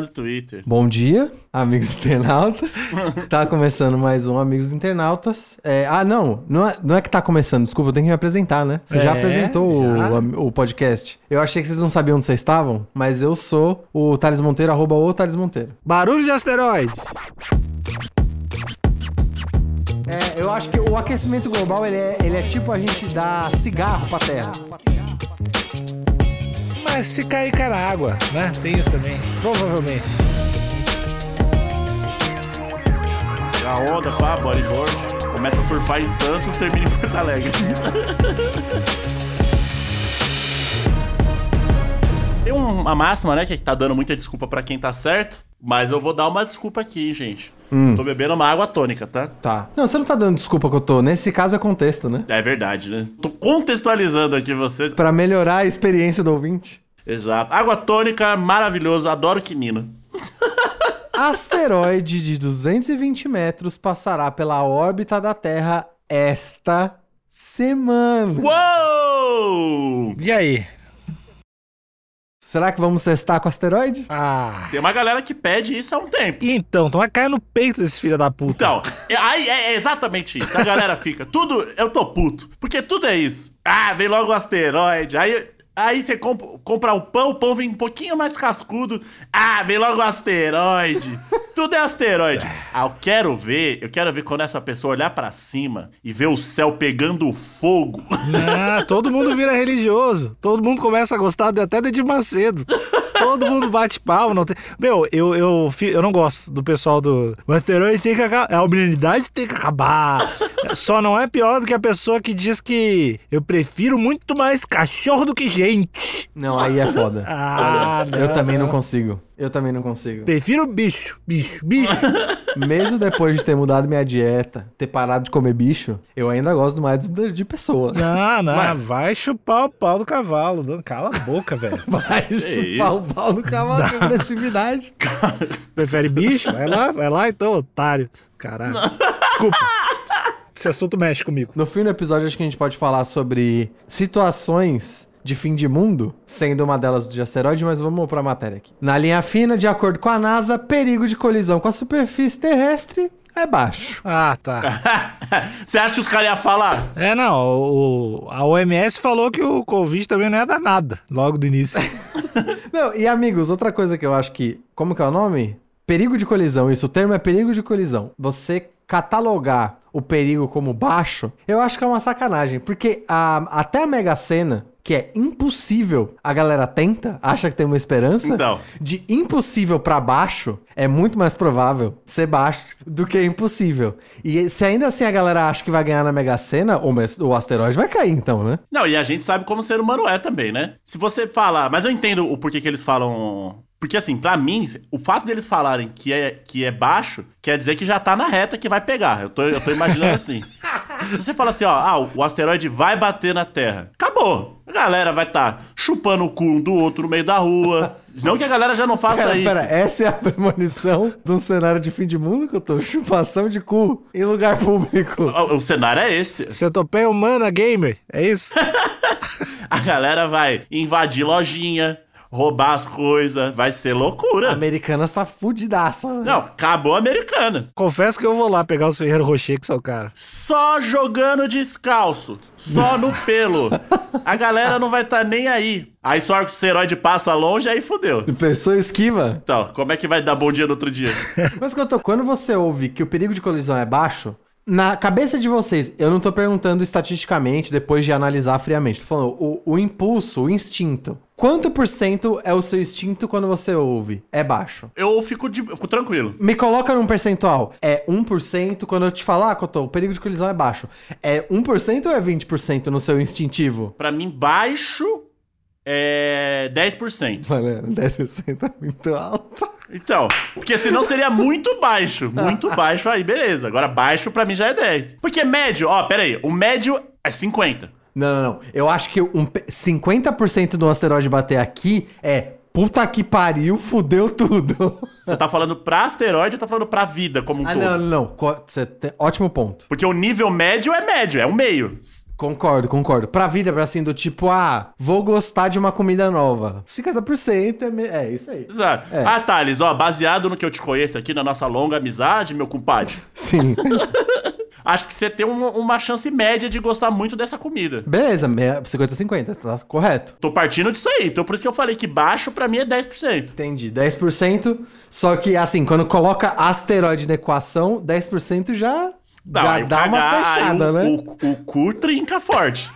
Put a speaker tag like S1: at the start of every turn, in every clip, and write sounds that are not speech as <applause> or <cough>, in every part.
S1: no Twitter.
S2: Bom dia, amigos <laughs> internautas. tá começando mais um Amigos Internautas. É, ah, não, não é, não é que tá começando, desculpa, eu tenho que me apresentar, né? Você já
S3: É,
S2: apresentou
S3: já.
S2: O, am- o podcast? Eu achei que vocês não sabiam onde vocês estavam, mas eu sou o Thales Monteiro, arroba o Thales Monteiro.
S3: Barulho de asteroides!
S2: É, eu acho que o aquecimento global, ele é, ele é tipo a gente dar cigarro pra terra.
S3: Mas se cair, cai na água, né? Tem isso também. Provavelmente.
S1: A onda, pá, bodyboard. Começa a surfar em Santos, termina em Porto Alegre. <laughs> Tem uma máxima, né, que tá dando muita desculpa pra quem tá certo, mas eu vou dar uma desculpa aqui, hein, gente. Tô bebendo uma água tônica, tá?
S2: Hum. Tá. Não, você não tá dando desculpa que eu tô. Nesse caso é contexto, né?
S1: É verdade, né? Tô contextualizando aqui vocês.
S2: Pra melhorar a experiência do ouvinte.
S1: Exato. Água tônica, maravilhoso, adoro quinina.
S2: Asteroide de 220 metros passará pela órbita da Terra esta semana.
S1: Uou!
S3: E aí?
S2: Será que vamos testar com asteroide?
S3: Ah.
S1: Tem uma galera que pede isso há um tempo.
S3: Então, toma cair no peito desse filho da puta.
S1: Então, é, aí é é exatamente isso. A galera fica, tudo, eu tô puto. Porque tudo é isso. Ah, vem logo o asteroide. Aí, aí você comp- compra o pão, o pão vem um pouquinho mais cascudo. Ah, vem logo o asteroide. Tudo é asteroide. Ah, eu quero ver, eu quero ver quando essa pessoa olhar pra cima e ver o céu pegando fogo. <laughs>
S3: Ah, todo mundo vira religioso. Todo mundo começa a gostar de, até de Edir Macedo. Todo mundo bate pau. Não tem... Meu, eu, eu, fi- eu não gosto do pessoal do. O asteroide tem que acabar. A humanidade tem que acabar. Só não é pior do que a pessoa que diz que eu prefiro muito mais cachorro do que gente.
S2: Não, aí é foda.
S3: Ah,
S2: Eu também não consigo. Eu também não consigo.
S3: Prefiro bicho, bicho,
S2: <laughs>
S3: bicho.
S2: Mesmo depois de ter mudado minha dieta, ter parado de comer bicho, eu ainda gosto mais de, de pessoa.
S3: Não, não,
S1: Ué.
S3: vai chupar o pau do cavalo. não- Cala a boca, velho.
S2: Vai chupar
S1: isso?
S2: o pau no cavalo com agressividade.
S3: Prefere bicho? Vai lá, vai lá então, otário. Caralho. Desculpa. Esse assunto mexe comigo.
S2: No fim do episódio, acho que a gente pode falar sobre situações de fim de mundo, sendo uma delas de asteroide, mas vamos pra matéria aqui. Na linha fina, de acordo com a NASA, perigo de colisão com a superfície terrestre é baixo.
S3: Ah, tá.
S1: Você acha que os caras iam falar?
S3: É, não, o, a OMS falou que o Covid também não é danada, logo do início.
S2: Não, e amigos, outra coisa que eu acho que. Como que é o nome? Perigo de colisão, isso. O termo é perigo de colisão. Você catalogar o perigo como baixo, eu acho que é uma sacanagem. Porque a- até a Mega Sena, que é impossível, a galera tenta, acha que tem uma esperança.
S1: Então.
S2: De impossível pra baixo, é muito mais provável ser baixo do que impossível. E se ainda assim a galera acha que vai ganhar na Mega Sena, o, mes- o asteroide vai cair então, né?
S1: Não, e a gente sabe como ser humano é também, né? Se você falar, mas eu entendo o porquê que eles falam. Porque assim, pra mim, o fato deles falarem que é, que é baixo, quer dizer que já tá na reta que vai pegar. Eu tô, eu tô imaginando
S2: <laughs>
S1: assim. Se você fala assim, ó, ah, o asteroide vai bater na Terra, acabou. A galera vai estar tá chupando o cu um do outro no meio da rua. Não que a galera já não faça
S2: Pera,
S1: isso.
S2: pera, essa é a premonição de um cenário de fim de mundo que eu tô chupação de cu em lugar público.
S1: O, o cenário é esse.
S3: Centopeia humana gamer, é isso?
S1: A galera vai invadir lojinha, roubar as coisas, vai ser
S2: A
S1: loucura.
S2: Americanas tá fudidaça. né?
S1: Não, acabou Americanas.
S3: Confesso que eu vou lá pegar os Ferreiro Rocher que são cara.
S1: Só jogando descalço, só no pelo. A galera não vai tá nem aí. Aí só o herói passa longe, aí fodeu.
S2: Pessoa esquiva.
S1: Então, como é que vai dar bom dia no outro dia?
S2: Mas que eu tô, quando você ouve que o perigo de colisão é baixo, na cabeça de vocês, eu não tô perguntando estatisticamente, depois de analisar friamente. Tô falando o, o impulso, o instinto. Quanto por cento é o seu instinto quando você ouve? É baixo.
S1: Eu fico, de- eu fico tranquilo.
S2: Me coloca num percentual. É 1% quando eu te falar, ah, Cotô, o perigo de colisão é baixo. É 1% ou é 20% no seu instintivo?
S1: Pra mim, baixo é 10%.
S2: Mano, 10% é muito alto.
S1: Então, porque senão seria muito baixo. Muito baixo aí, beleza. Agora baixo pra mim já é 10. Porque médio, ó, pera aí. O médio é 50.
S2: Não, não, não. Eu acho que um pe- 50% do asteroide bater aqui é puta que pariu, fudeu tudo.
S1: Você tá falando pra asteroide ou tá falando pra vida como um
S2: ah,
S1: todo?
S2: não, não, não. Co- cê tem- Ótimo ponto.
S1: Porque o nível médio é médio, é um meio.
S2: Concordo, concordo. Pra vida, pra assim, do tipo, ah, vou gostar de uma comida nova. 50% é, me- é isso aí.
S1: Exato.
S2: É.
S1: Ah, Thales, ó, baseado no que eu te conheço aqui, na nossa longa amizade, meu compadre,
S2: Sim.
S1: acho que você tem um- uma chance média de gostar muito dessa comida.
S2: Beleza, me- 50-50, tá correto.
S1: Tô partindo disso aí, então por isso que eu falei que baixo pra mim é 10%.
S2: Entendi, 10%. Só que, assim, quando coloca asteroide na equação, 10% já,
S1: Não,
S2: já
S1: aí o
S2: dá uma
S1: cagar, aí
S2: fechada,
S1: o,
S2: né?
S1: O, o cu trinca forte.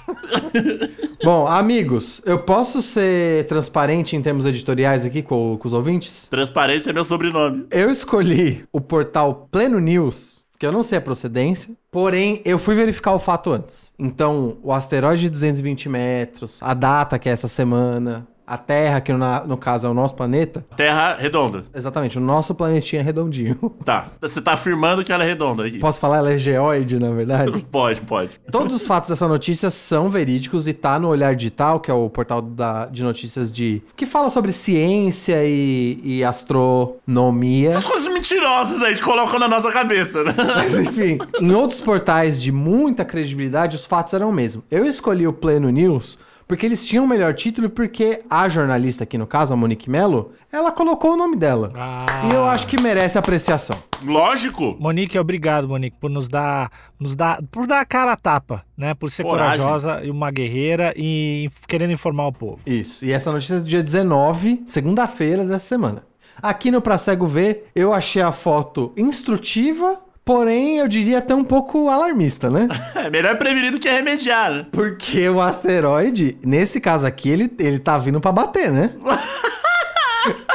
S2: Bom, amigos, eu posso ser transparente em termos editoriais aqui com, com os ouvintes?
S1: Transparência é meu sobrenome.
S2: Eu escolhi o portal Pleno News, que eu não sei a procedência, porém eu fui verificar o fato antes. Então, o asteroide de 220 metros, a data que é essa semana, a Terra, que na- no caso é o nosso planeta.
S1: Terra redonda.
S2: Exatamente, o nosso planetinha é redondinho.
S1: Tá. Você tá afirmando que ela é redonda. é Isso.
S2: Posso falar, ela é geoide, na verdade?
S1: Pode, pode.
S2: Todos os fatos dessa notícia são verídicos e tá no Olhar Digital, que é o portal da- de notícias de. que fala sobre ciência e, e astronomia.
S1: Essas coisas mentirosas aí que colocam na nossa cabeça, né? <laughs>
S2: Mas, <laughs> enfim, em outros portais de muita credibilidade, os fatos eram o mesmo. Eu escolhi o Pleno News porque eles tinham o melhor título e porque a jornalista aqui, no caso, a Monique Mello, ela colocou o nome dela.
S3: Ah.
S2: E eu acho que merece apreciação.
S1: Lógico.
S3: Monique, obrigado, Monique, por nos dar, nos dar, por dar a cara a tapa, né? Por ser
S1: Coragem.
S3: corajosa e uma guerreira e querendo informar o povo.
S2: Isso. E essa notícia é do dia 19, segunda-feira dessa semana. Aqui no Pra Cego Ver, eu achei a foto instrutiva, porém eu diria até um pouco alarmista, né?
S1: É melhor prevenir do que remediar, né?
S2: Porque o asteroide, nesse caso aqui, ele, ele tá vindo pra bater, né?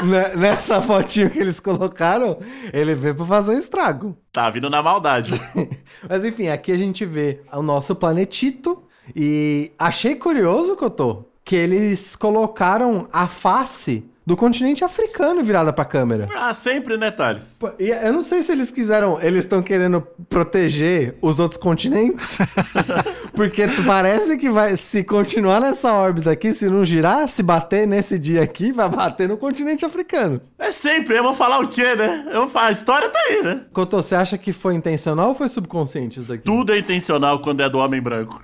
S2: Ne- Nessa fotinho que eles colocaram, ele veio pra fazer um estrago.
S1: Tá vindo na maldade.
S2: <laughs> Mas enfim, aqui a gente vê o nosso planetito e achei curioso, Cotô, que eles colocaram a face do continente africano virada pra câmera.
S1: ah, sempre, né, Thales?
S2: Pô, e Eu não sei se eles quiseram, eles estão querendo proteger os outros continentes, <laughs> porque tu- parece que vai, se continuar nessa órbita aqui, se não girar, se bater nesse dia aqui, vai bater no continente africano.
S1: É sempre, eu vou falar o quê, né? Eu vou falar, a história tá aí, né?
S2: Cotô, você acha que foi intencional ou foi subconsciente isso daqui?
S1: Tudo é intencional quando é do homem branco.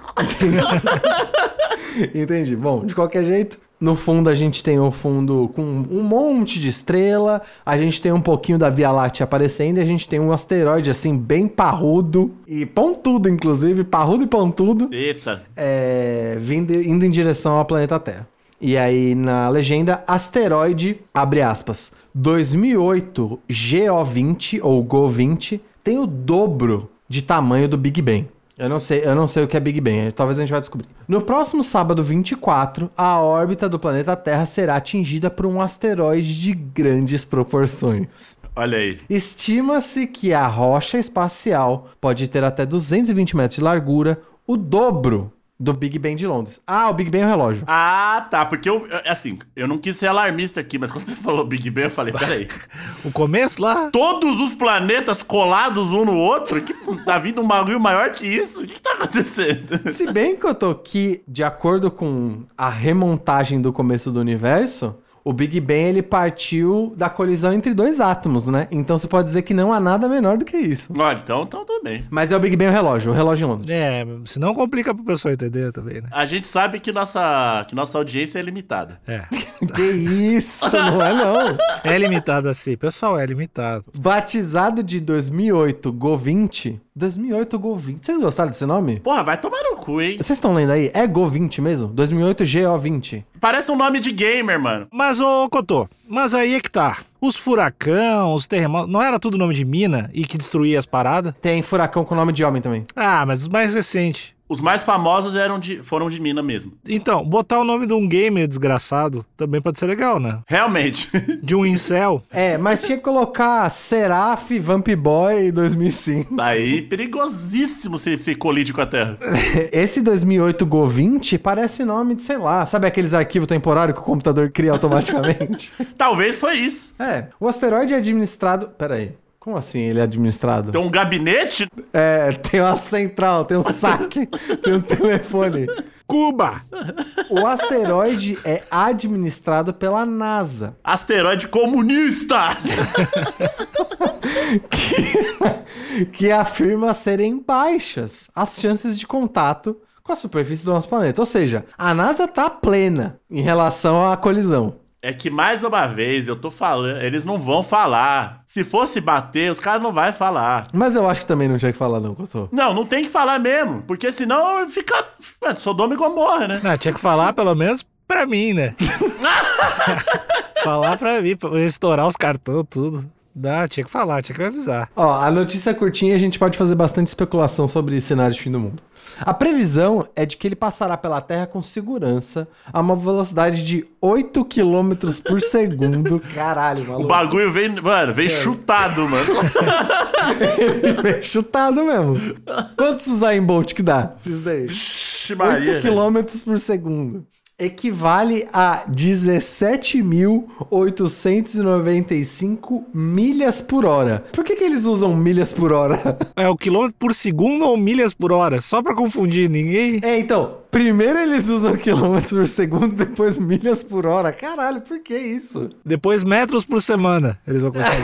S2: <laughs> Entendi. Bom, de qualquer jeito, no fundo a gente tem o fundo com um monte de estrela, a gente tem um pouquinho da Via Láctea aparecendo e a gente tem um asteroide assim, bem parrudo e pontudo, inclusive, parrudo e pontudo,
S1: Eita.
S2: é, vindo, indo em direção ao planeta Terra. E aí na legenda, asteroide, abre aspas, 2008 GO20 ou GO20 tem o dobro de tamanho do Big Bang. Eu não sei, eu não sei o que é Big Bang, talvez a gente vai descobrir. No próximo sábado 24, a órbita do planeta Terra será atingida por um asteroide de grandes proporções.
S1: Olha aí.
S2: Estima-se que a rocha espacial pode ter até 220 metros de largura, o dobro do Big Ben de Londres. Ah, o Big Ben é
S1: <laughs>
S2: o relógio.
S1: Ah, tá. Porque eu, é assim, eu não quis ser alarmista aqui, mas quando você <laughs> falou Big Bang, eu falei, peraí.
S3: O começo lá,
S1: Todos os planetas colados um no outro? Que, tá vindo um bagulho maior que isso? O que, que tá acontecendo?
S2: Se bem que eu tô aqui, de acordo com a remontagem do começo do universo, o Big Ben ele partiu da colisão entre dois átomos, né? Então você pode dizer que não há nada menor do que isso.
S1: Olha, então, então tudo bem.
S2: Mas é o Big Ben o relógio, o relógio em Londres.
S3: <laughs> é, senão complica pro pessoal entender também, né?
S1: A gente sabe que nossa, que nossa audiência é limitada.
S3: É, <laughs>
S2: Que isso, não é não.
S3: é limitado assim, pessoal, é limitado.
S2: Batizado de 2008 Go20. 2008 Go20. Vocês gostaram desse nome?
S1: Porra, vai tomar no cu, hein?
S2: Vocês estão lendo aí? É Go20 mesmo? 2008 GO20.
S1: Parece um nome de gamer, mano.
S3: Mas, ô Cotô, mas aí é que tá. Os furacão, os terremotos, não era tudo nome de mina e que destruía as paradas?
S2: Tem furacão com nome de homem também.
S3: Ah, mas os mais recentes.
S1: Os mais famosos eram de, foram de mina mesmo.
S3: Então, botar o nome de um gamer desgraçado também pode ser legal, né?
S1: Realmente. <laughs>
S3: De um incel.
S2: É, mas tinha que colocar Seraph Vamp Boy 2005.
S1: Daí, perigosíssimo se, se colide com a Terra.
S2: <laughs> Esse 2008 Go20 parece nome de, sei lá, sabe aqueles arquivos temporários que o computador cria automaticamente? <laughs>
S1: Talvez foi isso.
S2: é, o asteroide é administrado... Pera aí. Como assim ele é administrado?
S1: Tem um gabinete?
S2: É, tem uma central, tem um saque, tem um telefone.
S3: Cuba!
S2: O asteroide é administrado pela NASA.
S1: Asteroide comunista!
S2: que, <laughs> que afirma serem baixas as chances de contato com a superfície do nosso planeta. Ou seja, a NASA tá plena em relação à colisão.
S1: É que mais uma vez eu tô falando, eles não vão falar. Se fosse bater, os caras não vai falar.
S2: Mas eu acho que também não tinha que falar, não, Cotô.
S1: Não, não tem que falar mesmo, porque senão fica mano, Sodoma e Gomorra, né?
S3: Não, Ah, tinha que falar pelo menos pra mim, né? falar pra mim, pra eu estourar os cartões, tudo. Dá, tinha que falar, tinha que me avisar.
S2: Ó, a notícia curtinha a gente pode fazer bastante especulação sobre cenários de fim do mundo. A previsão é de que ele passará pela Terra com segurança a uma velocidade de 8 km por segundo. <laughs> Caralho,
S1: O
S2: maluco.
S1: bagulho vem, mano, vem chutado, mano.
S2: É chutado mesmo. Quantos Usain Bolt que dá? Diz daí.
S1: Vixe,
S2: 8
S1: Maria. velho.
S2: km por segundo. Equivale a 17.895 milhas por hora. Por que, que eles usam milhas por hora? <laughs>
S3: É o quilômetro por segundo ou milhas por hora? Só pra confundir ninguém.
S2: É, então, primeiro eles usam quilômetros por segundo, depois milhas por hora. Caralho, por que isso?
S3: Depois metros por semana eles vão começar a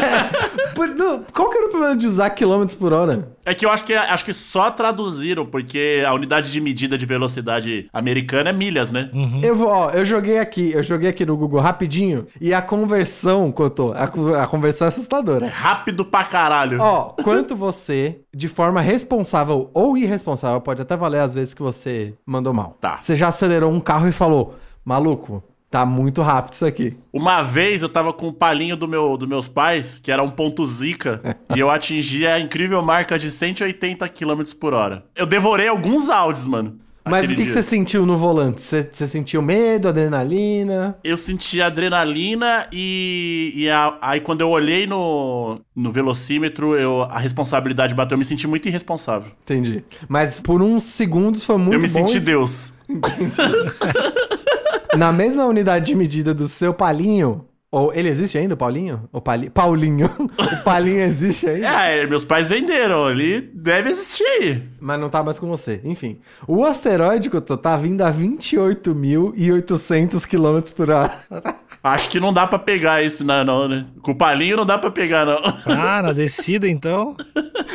S3: usar.
S2: Por- não, qual que era o problema de usar quilômetros por hora?
S1: É que eu acho que acho que só traduziram, porque a unidade de medida de velocidade americana é milhas, né?
S2: Eu vou, ó, eu joguei aqui, eu joguei aqui no Google rapidinho e a conversão, Cotô, a, co- a conversão é assustadora.
S1: Rápido pra caralho.
S2: Ó, quanto você, de forma responsável ou irresponsável, pode até valer as vezes que você mandou mal.
S1: Tá.
S2: Você já acelerou um carro e falou, maluco, tá muito rápido isso aqui.
S1: Uma vez eu tava com o palinho do meu, dos meus pais, que era um ponto
S2: <laughs>
S1: zica, e eu atingi a incrível marca de 180 km por hora. Eu devorei alguns áudios, mano.
S2: Mas
S1: aquele
S2: o que, que
S1: dia.
S2: você sentiu no volante? Você, você sentiu medo, adrenalina?
S1: Eu senti adrenalina e, e a- aí quando eu olhei no, no velocímetro, eu, a responsabilidade bateu. Eu me senti muito irresponsável.
S2: Entendi. Mas por uns segundos foi muito
S1: eu me
S2: bom.
S1: senti Deus.
S2: Na mesma unidade de medida do seu palinho... Ou ele existe ainda, o Paulinho? O Pali... Paulinho. <laughs> o Palinho existe ainda?
S1: É, meus pais venderam, ele deve existir aí.
S2: Mas não tá mais com você. Enfim. O asteroide que eu tô tá vindo a 28.800 km por hora. <laughs>
S1: Acho que não dá pra pegar isso, não, não, né? Com o palinho não dá pra pegar, não.
S3: Ah, na descida então.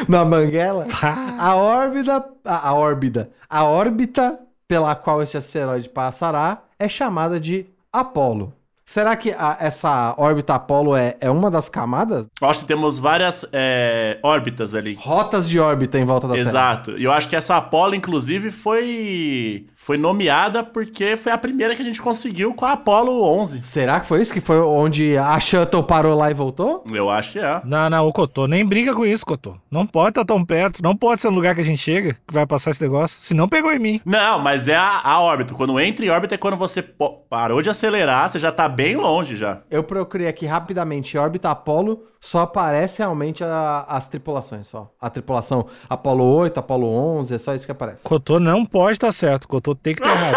S2: Na manguela.
S3: Pá.
S2: A órbita. A, a órbita. A órbita pela qual esse asteroide passará é chamada de Apolo. Será que a- essa órbita Apolo é, é uma das camadas?
S1: Eu acho que temos várias é, órbitas ali.
S2: Rotas de órbita em volta da Terra.
S1: Exato. E eu acho que essa Apollo, inclusive, foi foi nomeada porque foi a primeira que a gente conseguiu com a Apollo 11.
S2: Será que foi isso? Que foi onde a Shuttle parou lá e voltou?
S1: Eu acho que é.
S3: Não, não, ô Cotô, nem briga com isso, Cotô. Não pode estar tão perto, não pode ser no lugar que a gente chega que vai passar esse negócio. Se não, pegou em mim.
S1: Não, mas é a, a órbita. Quando entra em órbita é quando você po- parou de acelerar, você já tá bem longe já.
S2: Eu procurei aqui rapidamente órbita Apolo, só aparece realmente a- as tripulações, só. A tripulação Apolo 8, Apolo 11, é só isso que aparece.
S3: Cotô não pode estar certo, Cotô tem que estar errado.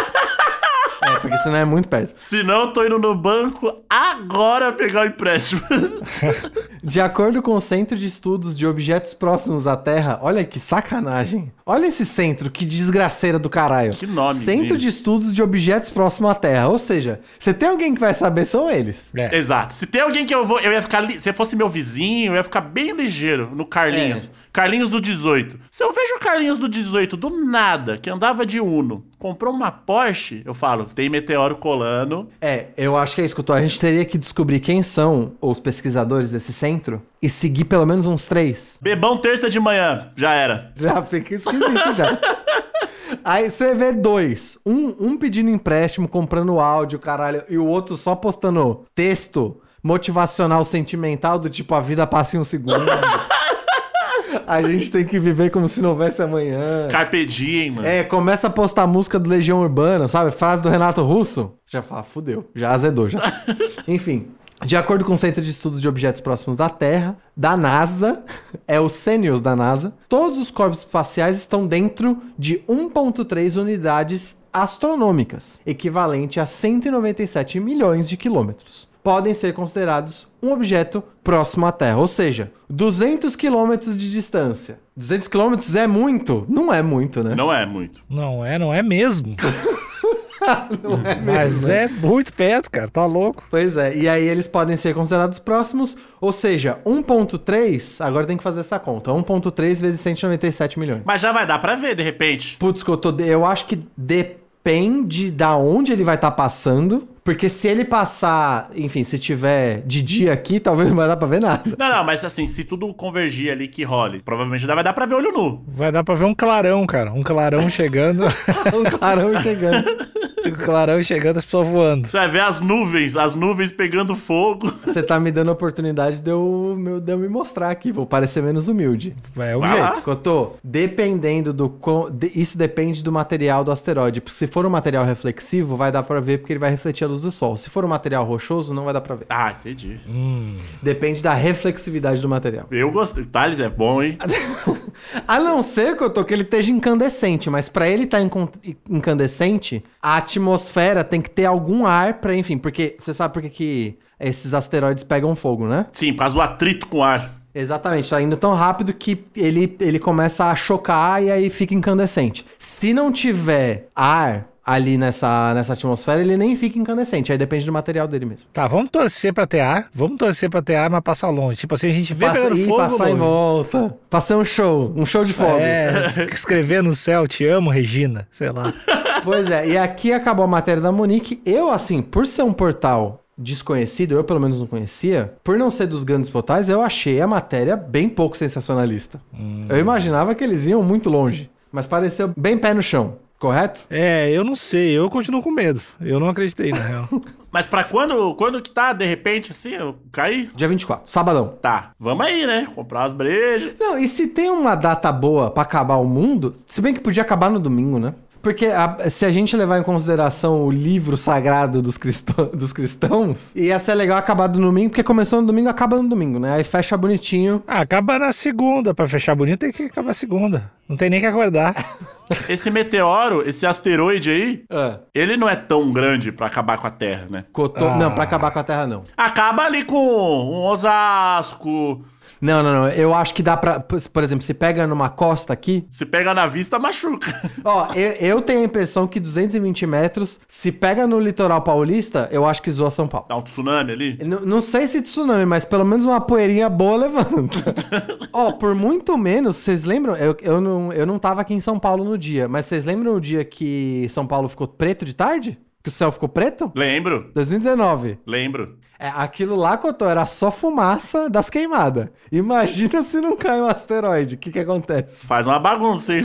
S2: É, porque senão é muito perto.
S1: Senão eu tô indo no banco agora pegar o empréstimo. <laughs>
S2: De acordo com o Centro de Estudos de Objetos Próximos à Terra, olha que sacanagem. Olha esse centro, que desgraceira do caralho.
S1: Que nome,
S2: Centro
S1: viu?
S2: de Estudos de Objetos Próximos à Terra. Ou seja, você tem alguém que vai saber, são eles.
S3: É.
S1: Exato. Se tem alguém que eu vou. Eu ia ficar. li- Se fosse meu vizinho, eu ia ficar bem ligeiro no Carlinhos. Carlinhos do 18. Se eu vejo o Carlinhos do 18 do nada, que andava de Uno, comprou uma Porsche, eu falo, tem meteoro colando.
S2: É, eu acho que é isso, Couto. A gente teria que descobrir quem são os pesquisadores desse centro e seguir pelo menos uns três.
S1: Bebão terça de manhã, já era.
S2: Já fica esquisito já. Aí você vê dois. Um, um pedindo empréstimo, comprando áudio, caralho, e o outro só postando texto motivacional, sentimental, do tipo, a vida passa em um segundo. A gente tem que viver como se não houvesse amanhã.
S1: Carpe diem, mano.
S2: É, começa a postar música do Legião Urbana, sabe? Frase do Renato Russo. Você já fala, fudeu, já
S1: <laughs>
S2: azedou, já. Enfim, de acordo com o Centro de Estudos de Objetos Próximos da Terra, da NASA, <laughs> é o Seniors da NASA, todos os corpos espaciais estão dentro de 1.3 unidades astronômicas, equivalente a 197 milhões de quilômetros. Podem ser considerados um objeto próximo à Terra, ou seja, 200 quilômetros de distância. 200 quilômetros é muito? Não é muito, né?
S1: Não é muito.
S3: Não é, não é mesmo.
S2: Não é mesmo,
S3: Mas
S2: né?
S3: é muito perto, cara. Tá louco.
S2: Pois é, e aí eles podem ser considerados próximos, ou seja, 1.3, agora tem que fazer essa conta, 1.3 vezes 197 milhões.
S1: Mas já vai dar pra ver, de repente.
S2: Putz, que eu, tô, eu acho que depende da onde ele vai estar passando, porque se ele passar, enfim, se tiver de dia aqui, talvez não vai dar pra ver <laughs> nada.
S1: Não, não, mas assim, se tudo convergir ali que role, provavelmente já vai dar pra ver olho nu.
S3: Vai dar pra ver um clarão, cara. Um clarão chegando. <laughs>
S2: Um clarão chegando.
S3: um clarão chegando, as pessoas voando.
S1: Você vai ver as nuvens, as nuvens pegando fogo. <laughs>
S2: Você tá me dando a oportunidade de eu, meu, de eu me mostrar aqui, vou parecer menos humilde.
S3: É o
S1: Vai
S3: jeito.
S1: lá.
S2: Cotô, dependendo do quão- de- isso depende do material do asteroide. Porque se for um material reflexivo, vai dar pra ver porque ele vai refletir a luz do sol. Se for um material rochoso, não vai dar pra ver.
S1: Ah, entendi.
S2: Depende da reflexividade do material. <laughs>
S1: Eu gostei. Thales é bom, hein?
S2: A não ser Cotô, que ele esteja incandescente, mas pra ele estar incandescente, a atmosfera tem que ter algum ar pra, enfim, porque você sabe por que que esses asteroides pegam fogo, né?
S1: Sim, por causa do atrito com o ar.
S2: Exatamente, tá indo tão rápido que ele, ele começa a chocar e aí fica incandescente. Se não tiver ar ali nessa, nessa atmosfera, ele nem fica incandescente, aí depende do material dele mesmo.
S3: Tá, vamos torcer pra ter ar. Vamos torcer pra ter ar, mas passar longe. Tipo assim, a gente vê
S2: Passa,
S3: pegando
S2: e
S3: fogo.
S2: passar em
S3: longe.
S2: volta. Passar um show, um show de fogo.
S3: É, escrever no céu, te amo, Regina. Sei lá.
S2: <laughs> Pois é, e aqui acabou a matéria da Monique. Eu, assim, por ser um portal desconhecido, eu pelo menos não conhecia, por não ser dos grandes portais, eu achei a matéria bem pouco sensacionalista.
S3: Hum.
S2: Eu imaginava que eles iam muito longe, mas pareceu bem pé no chão, correto?
S3: É, eu não sei. Eu continuo com medo. Eu não acreditei, na real.
S1: Mas pra quando, quando que tá, de repente, assim, eu caí?
S2: Dia 24, sabadão.
S1: Tá, vamos aí, né? Comprar as
S2: <laughs>
S1: brejas.
S2: Não, e se tem uma data boa pra acabar o mundo, se bem que podia acabar no domingo, né? Porque a- se a gente levar em consideração o livro sagrado dos, cristão- <laughs> dos cristãos, ia ser legal acabar no domingo, porque começou no domingo, acaba no domingo, né? Aí fecha bonitinho.
S3: <laughs> Ah, acaba na segunda. Pra fechar bonito, tem que acabar segunda. Não tem nem que aguardar.
S1: Esse meteoro, esse asteroide aí,
S2: Ah,
S1: ele não é tão grande pra acabar com a Terra, né?
S2: cotô-
S3: Ah.
S2: Não, pra acabar com a Terra, não.
S1: Acaba ali com um Osasco.
S2: Não, não, não. Eu acho que dá pra... Por exemplo, se pega numa costa aqui...
S1: Se pega na vista, machuca. <laughs>
S2: Ó, eu, eu tenho a impressão que 220 metros, se pega no litoral paulista, eu acho que zoa São Paulo.
S1: Dá um tsunami ali.
S2: N- Não sei se tsunami, mas pelo menos uma poeirinha boa <laughs> levanta. Ó, por muito menos, vocês lembram? Eu, eu, não, eu não tava aqui em São Paulo no dia, mas vocês lembram o dia que São Paulo ficou preto de tarde? Que o céu ficou preto?
S1: Lembro,
S2: 2019.
S1: lembro.
S2: É, aquilo lá, Cotô, era só fumaça das queimadas. Imagina se não cai um asteroide. O que que acontece?
S1: Faz uma bagunça, hein?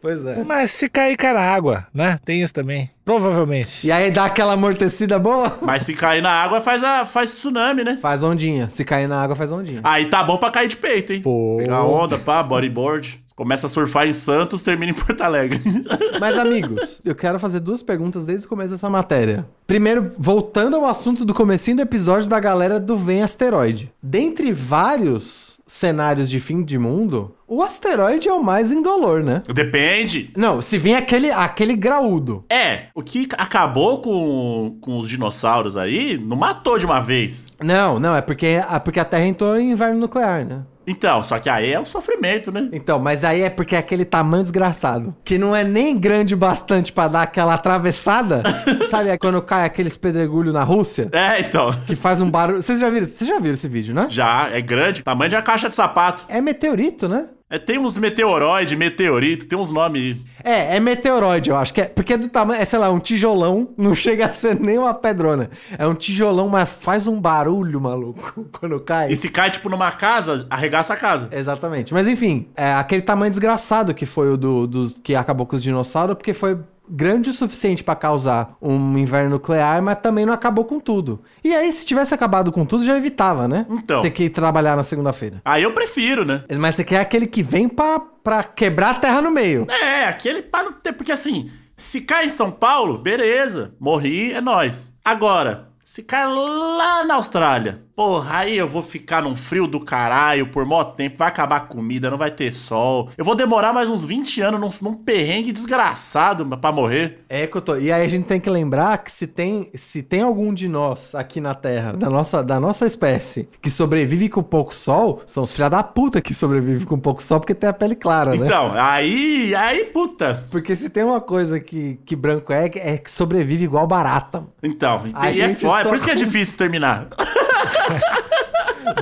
S2: Pois é.
S3: Mas se cair, cai na água, né? Tem isso também. Provavelmente.
S2: E aí dá aquela amortecida boa?
S1: Mas se cair na água, faz, a, faz tsunami, né?
S2: Faz ondinha. Se cair na água, faz ondinha.
S1: Aí tá bom pra cair de peito, hein?
S3: Pô.
S1: Pegar onda, pá, bodyboard. Começa a surfar em Santos, termina em Porto Alegre. <laughs>
S2: Mas, amigos, eu quero fazer duas perguntas desde o começo dessa matéria. Primeiro, voltando ao assunto do comecinho do episódio da galera do Vem Asteroide. Dentre vários cenários de fim de mundo, o asteroide é o mais indolor, né?
S1: Depende.
S2: Não, se vem aquele, aquele graúdo.
S1: É, o que acabou com, com os dinossauros aí, não matou de uma vez.
S2: Não, não, é porque, é porque a Terra entrou em inverno nuclear, né?
S1: Então, só que aí é um sofrimento, né?
S2: Então, mas aí é porque é aquele tamanho desgraçado. Que não é nem grande o bastante pra dar aquela atravessada. <laughs> Sabe é quando cai aqueles pedregulhos na Rússia?
S1: É, então. <laughs>
S2: Que faz um barulho. Vocês já viram? Vocês já viram esse vídeo, né?
S1: Já é grande, tamanho de uma caixa de sapato.
S2: É meteorito, né?
S1: É, tem uns meteoroide, meteorito, tem uns nomes.
S2: É, é meteoroide, eu acho que é. Porque é do tamanho, é, sei lá, um tijolão, não <laughs> chega a ser nem uma pedrona. É um tijolão, mas faz um barulho, maluco, <laughs> quando cai.
S1: E se cai, tipo, numa casa, arregaça a casa.
S2: Exatamente. Mas enfim, é aquele tamanho desgraçado que foi o do, dos que acabou com os dinossauros, porque foi grande o suficiente pra causar um inverno nuclear, mas também não acabou com tudo. E aí, se tivesse acabado com tudo, já evitava, né?
S1: Então.
S2: Ter que ir trabalhar na segunda-feira.
S1: Aí eu prefiro, né?
S2: Mas você quer aquele que vem pra, pra quebrar a terra no meio.
S1: É, aquele para não ter. Porque assim, se cai em São Paulo, beleza, morri, é nóis. Agora, se cai lá na Austrália, porra, aí eu vou ficar num frio do caralho por mó tempo, vai acabar a comida, não vai ter sol. Eu vou demorar mais uns 20 anos num, num perrengue desgraçado pra morrer.
S2: É que eu tô. E aí a gente tem que lembrar que se tem, se tem algum de nós aqui na Terra, da nossa, da nossa espécie, que sobrevive com pouco sol, são os filha da puta que sobrevive com pouco sol porque tem a pele clara, né?
S1: Então, aí, aí, puta.
S2: Porque se tem uma coisa que, que branco é, é que sobrevive igual barata.
S1: Então,
S2: A
S1: e é
S2: gente
S1: foda, é
S2: só-
S1: por isso que é difícil
S2: <laughs>
S1: terminar.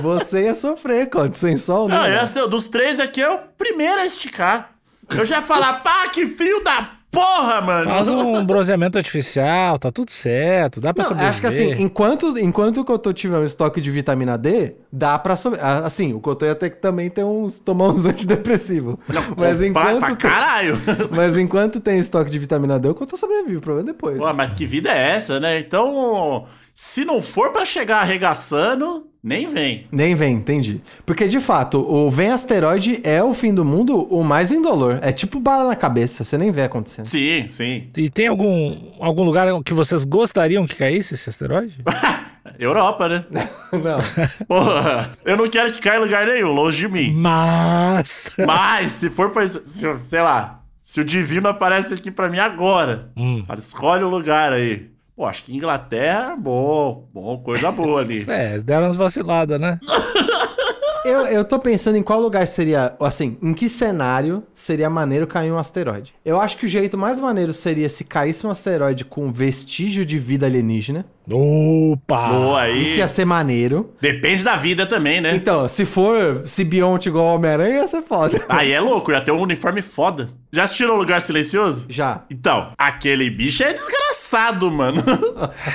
S2: Você ia sofrer, Conde, sem sol, né?
S1: Não,
S2: mano?
S1: esse, dos três aqui é o primeiro a esticar. Eu já ia falar, <laughs> pá, que frio da porra, mano.
S3: Faz um bronzeamento artificial, tá tudo certo, dá pra
S2: Não,
S3: sobreviver.
S2: acho que assim, enquanto, enquanto o Cotô tiver um estoque de vitamina D, dá pra sobre... ah, Assim, o Cotô ia ter que também ter uns, tomar uns <laughs> antidepressivos. mas,
S1: Pra- pra
S2: enquanto tem,
S1: caralho.
S2: <laughs> mas enquanto tem estoque de vitamina D, o Cotô sobrevive. O problema é depois.
S1: <laughs> Pô, mas que vida é essa, né? Então, se não for pra chegar arregaçando, nem vem.
S2: Nem vem, entendi. Porque, de fato, o Vem Asteroide é o fim do mundo o mais indolor. É tipo bala na cabeça, você nem vê
S1: <laughs>
S2: acontecendo.
S1: Sim, sim.
S3: E tem algum, algum lugar que vocês gostariam que caísse esse asteroide?
S1: Europa, <laughs> né?
S2: Não.
S1: Porra, eu não quero que caia em lugar nenhum, longe de
S3: <laughs>
S1: mim.
S3: Mas.
S1: Mas, se for pra. esse- se- Sei lá. Se o divino aparece aqui pra mim agora,
S3: Hum.
S1: fala, escolhe o lugar aí. Pô, acho que Inglaterra, bom, bom, coisa boa <laughs> ali.
S3: É, eles deram umas vaciladas, né?
S2: eu, eu tô pensando em qual lugar seria, assim, em que cenário seria maneiro cair um asteroide. Eu acho que o jeito mais maneiro seria se caísse um asteroide com vestígio de vida alienígena.
S3: Opa!
S1: Boa aí.
S2: Isso ia ser maneiro.
S1: Depende da vida também, né?
S2: Então, se for simbionte igual ao Homem-Aranha, ia ser foda.
S1: Aí é louco, já tem um uniforme foda. Já assistiram o Lugar Silencioso?
S2: Já.
S1: Então, aquele bicho é desgraçado, mano. <laughs>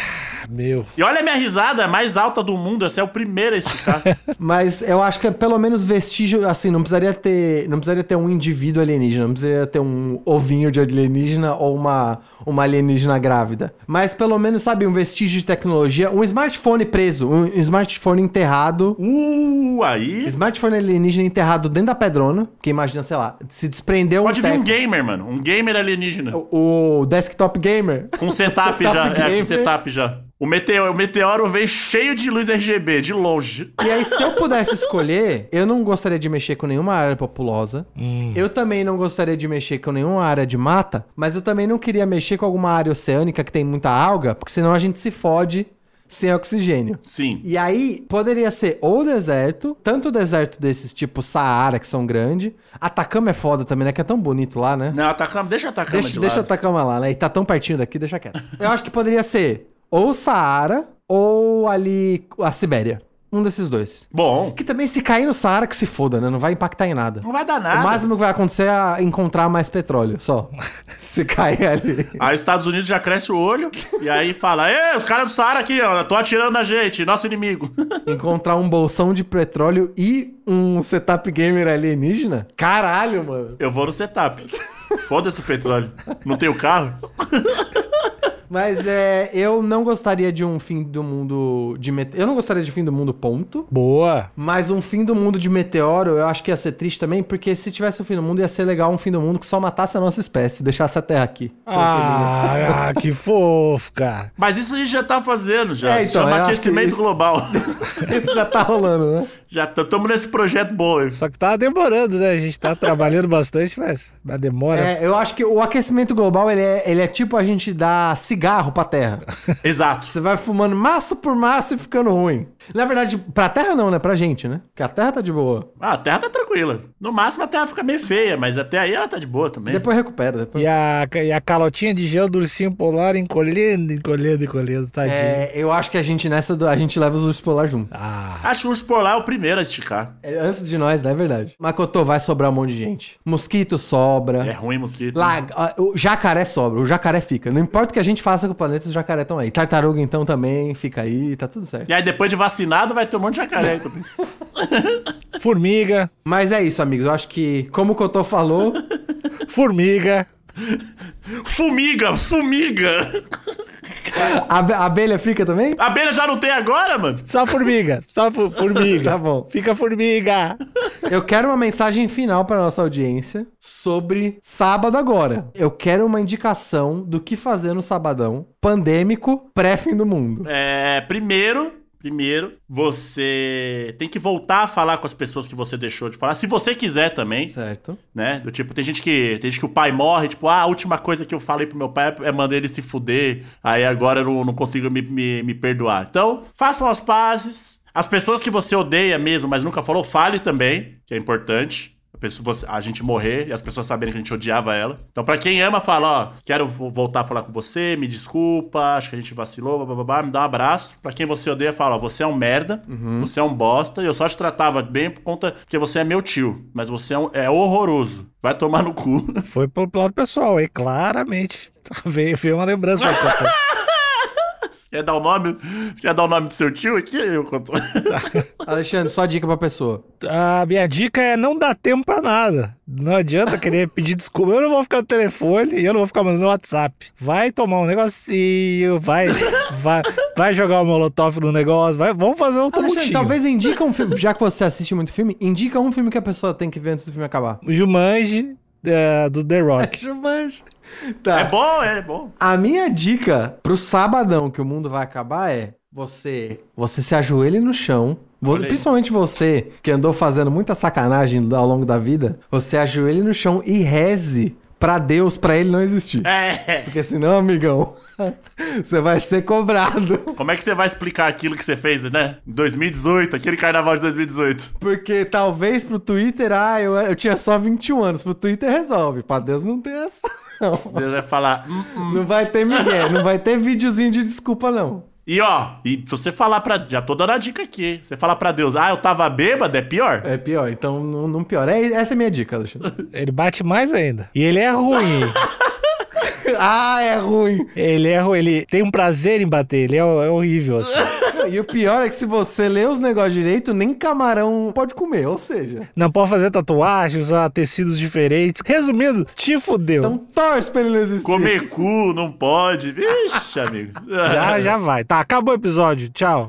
S3: Meu.
S1: E olha a minha risada, é a mais alta do mundo, essa é o primeiro a
S2: <laughs>
S1: esticar.
S2: Mas eu acho que é pelo menos vestígio, assim, não precisaria ter, não precisaria ter um indivíduo alienígena, não precisaria ter um ovinho de alienígena ou uma, uma alienígena grávida. Mas pelo menos, sabe, um vestígio de tecnologia, um smartphone preso, um smartphone enterrado, um
S1: uh, aí.
S2: smartphone alienígena enterrado dentro da pedrona, que imagina, sei lá, se desprendeu
S1: Pode
S2: um
S1: vir um
S2: teco-
S1: gamer, mano. Um gamer alienígena.
S2: É o desktop gamer. <laughs>
S1: Com setup
S2: Setup
S1: já. É, com
S2: gamer.
S1: setup já. O meteoro, o meteoro veio cheio de luz RGB, de longe.
S2: E aí, se eu pudesse escolher, eu não gostaria de mexer com nenhuma área populosa.
S1: Hum.
S2: Eu também não gostaria de mexer com nenhuma área de mata, mas eu também não queria mexer com alguma área oceânica que tem muita alga, porque senão a gente se fode sem oxigênio.
S1: Sim.
S2: E aí, poderia ser ou deserto, tanto deserto desses tipo Saara, que são grandes. Atacama é foda também, né? Que é tão bonito lá, né?
S1: Não, atacama, deixa atacar de
S2: Deixa, deixa
S1: lado.
S2: Atacama lá, né? E tá tão pertinho daqui, deixa quieto. Eu acho que poderia ser ou Saara ou ali a Sibéria. Um desses dois.
S1: Bom,
S2: Que também se cair no Saara que se foda, né? Não vai impactar em nada.
S1: não vai dar
S2: O
S1: nada.
S2: máximo que vai acontecer é encontrar mais petróleo, só. se cair ali.
S1: Aí os Estados Unidos já cresce o olho e aí fala: Ê, os caras do Saara aqui, ó, tô atirando na gente, nosso inimigo. <laughs>
S2: Encontrar um bolsão de petróleo e um setup gamer alienígena? Caralho, mano.
S1: Eu vou no setup. Foda-se o petróleo. Não tenho carro?
S2: Mas é, eu não gostaria de um fim do mundo de mete... Eu não gostaria de fim do mundo, ponto.
S3: Boa.
S2: Mas um fim do mundo de meteoro, eu acho que ia ser triste também, porque se tivesse um fim do mundo, ia ser legal um fim do mundo que só matasse a nossa espécie, deixasse a Terra aqui.
S3: Ah, que fofo, cara.
S1: Mas isso a gente já tá fazendo já.
S2: É,
S1: Isso
S2: então, eu
S1: Chama
S2: acho que
S1: aquecimento
S2: isso- <laughs>
S1: global.
S2: Isso já tá rolando, né?
S1: já estamos nesse projeto bom. hein?
S3: Só que tá demorando, né? A gente tá trabalhando bastante, mas a demora.
S2: É, eu acho que o aquecimento global, ele é, ele é tipo a gente dar cigarro
S1: <laughs>
S2: pra Terra.
S1: Exato.
S2: Você vai fumando maço por maço e ficando ruim. Na verdade, pra Terra não, né? Pra gente, né? Porque a Terra tá de boa.
S1: Ah, a Terra tá tranquila. No máximo a Terra fica meio feia, mas até aí ela tá de boa também.
S2: Depois recupera, depois...
S3: E, a, e a calotinha de gel do ursinho polar encolhendo, encolhendo, encolhendo, tadinho.
S2: É, eu acho que a gente nessa, do- a gente leva os ursos polar junto.
S3: Ah,
S1: Acho que o urso polar é o primeiro a esticar.
S2: É, antes de nós, né? É verdade. Makoto vai sobrar um monte de gente. Mosquito sobra.
S1: É ruim, mosquito.
S2: Lag- ah, o jacaré sobra, o jacaré fica. Não importa o que a gente faça com o planeta, os jacaré estão aí. Tartaruga, então, também fica aí, tá tudo certo.
S1: E aí depois de vacinado vai ter um monte de jacaré
S2: <laughs>
S1: também.
S3: formiga,
S1: <laughs>
S2: Mas é isso, amigos. Eu acho que, como o Cotô falou,
S3: formiga.
S1: Fumiga, fumiga.
S2: A abe- a abelha fica também?
S1: A abelha já não tem agora, mano?
S3: Só formiga, só fu- formiga.
S2: <laughs> Tá bom.
S3: Fica formiga.
S2: Eu quero uma mensagem final para nossa audiência sobre sábado agora. Eu quero uma indicação do que fazer no sabadão pandêmico pré-fim do mundo.
S1: É, primeiro, primeiro, você tem que voltar a falar com as pessoas que você deixou de falar. Se você quiser também,
S2: Certo.
S1: né? Do tipo, tem gente que tem gente que o pai morre, tipo, ah, a última coisa que eu falei pro meu pai é mandar ele se fuder. Aí agora eu não, não consigo me, me, me perdoar. Então, façam as pazes. As pessoas que você odeia mesmo, mas nunca falou, fale também, que é importante. A, pessoa- você- a gente morrer e as pessoas saberem que a gente odiava ela. Então, pra quem ama, fala, ó, quero vo- voltar a falar com você, me desculpa, acho que a gente vacilou, bababá, me dá um abraço. Pra quem você odeia, fala, ó, você é um merda, você é um bosta, e eu só te tratava bem por conta que você é meu tio, mas você é, um- é horroroso. Vai tomar no cu. <laughs>
S3: Foi pro lado pessoal, aí claramente. Veio, veio uma
S2: <laughs>
S3: lembrança. aí, Cotô.
S1: Você quer dar o nome? Você quer dar o nome do seu tio aqui? Eu <laughs> conto.
S2: Alexandre, só dica pra pessoa.
S3: A minha dica é não dar tempo pra nada. Não adianta querer <laughs> pedir desculpa. Eu não vou ficar no telefone e eu não vou ficar mandando WhatsApp. Vai tomar um negocinho,
S2: <laughs>
S3: vai, vai, vai jogar um molotov no negócio, vai, vamos fazer um tumultinho.
S2: Alexandre, talvez indica um filme, já que você assiste muito filme, indica um filme que a pessoa tem que ver antes do filme acabar.
S3: Jumanji é, do The Rock.
S2: Jumanji.
S1: É
S2: Tá.
S1: bom, é bom.
S2: A minha dica pro sabadão que o mundo vai acabar é você, você se ajoelhe no chão. vo-
S1: Olha aí.
S2: Principalmente você que andou fazendo muita sacanagem ao longo da vida, você ajoelhe no chão e reze pra Deus, pra ele não existir.
S1: É.
S2: Porque senão, amigão, <laughs> você vai ser cobrado. <laughs>
S1: Como é que você vai explicar aquilo que você fez, né? Em 2018, aquele carnaval de 2018.
S2: Porque talvez pro Twitter, ah, eu, eu tinha só 21 anos, pro Twitter resolve, pra Deus não tem essa, <laughs> não.
S1: Deus vai falar. "Hum, hum."
S2: Não vai ter Miguel, não vai ter videozinho de desculpa, não.
S1: E ó, e se você falar pra. Já tô dando a dica aqui. Você falar pra Deus, ah, eu tava bêbado, é pior?
S2: É pior, então não, não pior. É, essa é a minha dica, Alexandre. <laughs>
S3: Ele bate mais ainda. E ele é ruim. hein?
S2: ah, é ruim.
S3: Ele é ruim. Ele tem um prazer em bater. Ele é, é horrível. assim.
S2: E o pior é que se você ler os negócios direito, nem camarão pode comer, ou seja.
S3: Não pode fazer tatuagem, usar tecidos diferentes. Resumindo, te fudeu.
S2: Então torce pra ele não existir.
S1: Comer cu, não pode. Vixe, amigo.
S3: Já, Tá, já vai. Tá, acabou o episódio. Tchau.